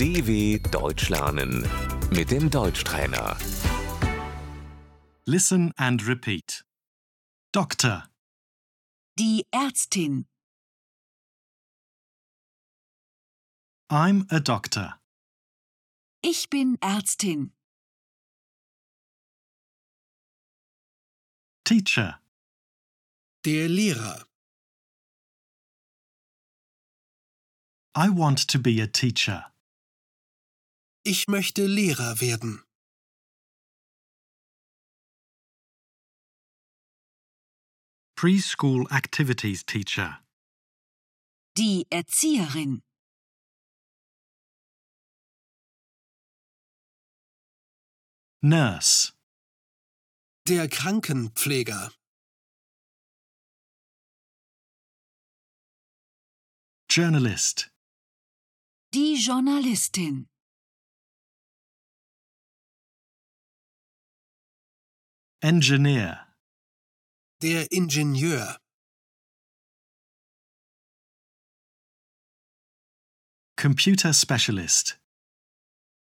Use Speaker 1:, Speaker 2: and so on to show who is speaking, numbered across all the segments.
Speaker 1: DW Deutsch lernen mit dem Deutschtrainer.
Speaker 2: Listen and repeat. Doctor,
Speaker 3: Die Ärztin.
Speaker 2: I'm a doctor.
Speaker 3: Ich bin Ärztin.
Speaker 2: Teacher,
Speaker 4: Der Lehrer.
Speaker 2: I want to be a teacher.
Speaker 4: Ich möchte Lehrer werden.
Speaker 2: Preschool activities teacher.
Speaker 3: Die Erzieherin.
Speaker 2: Nurse,
Speaker 4: Der Krankenpfleger.
Speaker 2: journalist,
Speaker 3: Die Journalistin.
Speaker 2: engineer,
Speaker 4: Der Ingenieur.
Speaker 2: computer specialist,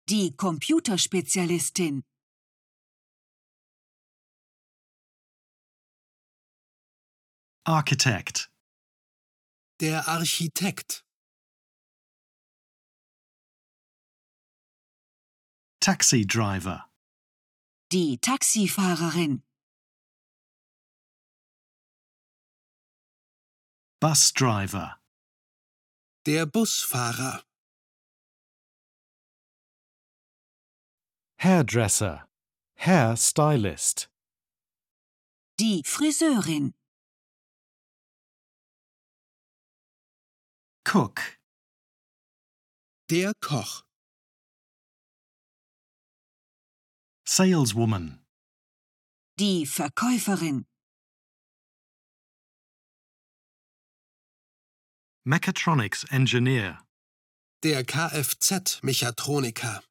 Speaker 3: Die Computerspezialistin.
Speaker 2: architect,
Speaker 4: Der Architekt.
Speaker 2: taxi driver,
Speaker 3: Die Taxifahrerin.
Speaker 2: bus driver,
Speaker 4: Der Busfahrer.
Speaker 2: hairdresser, hair stylist,
Speaker 3: Die Friseurin.
Speaker 2: cook,
Speaker 4: Der Koch.
Speaker 2: saleswoman,
Speaker 3: Die Verkäuferin.
Speaker 2: mechatronics engineer,
Speaker 4: Der Kfz-Mechatroniker.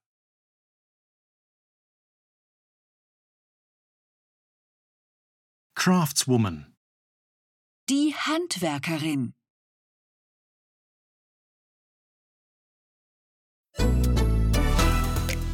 Speaker 2: craftswoman,
Speaker 3: Die Handwerkerin.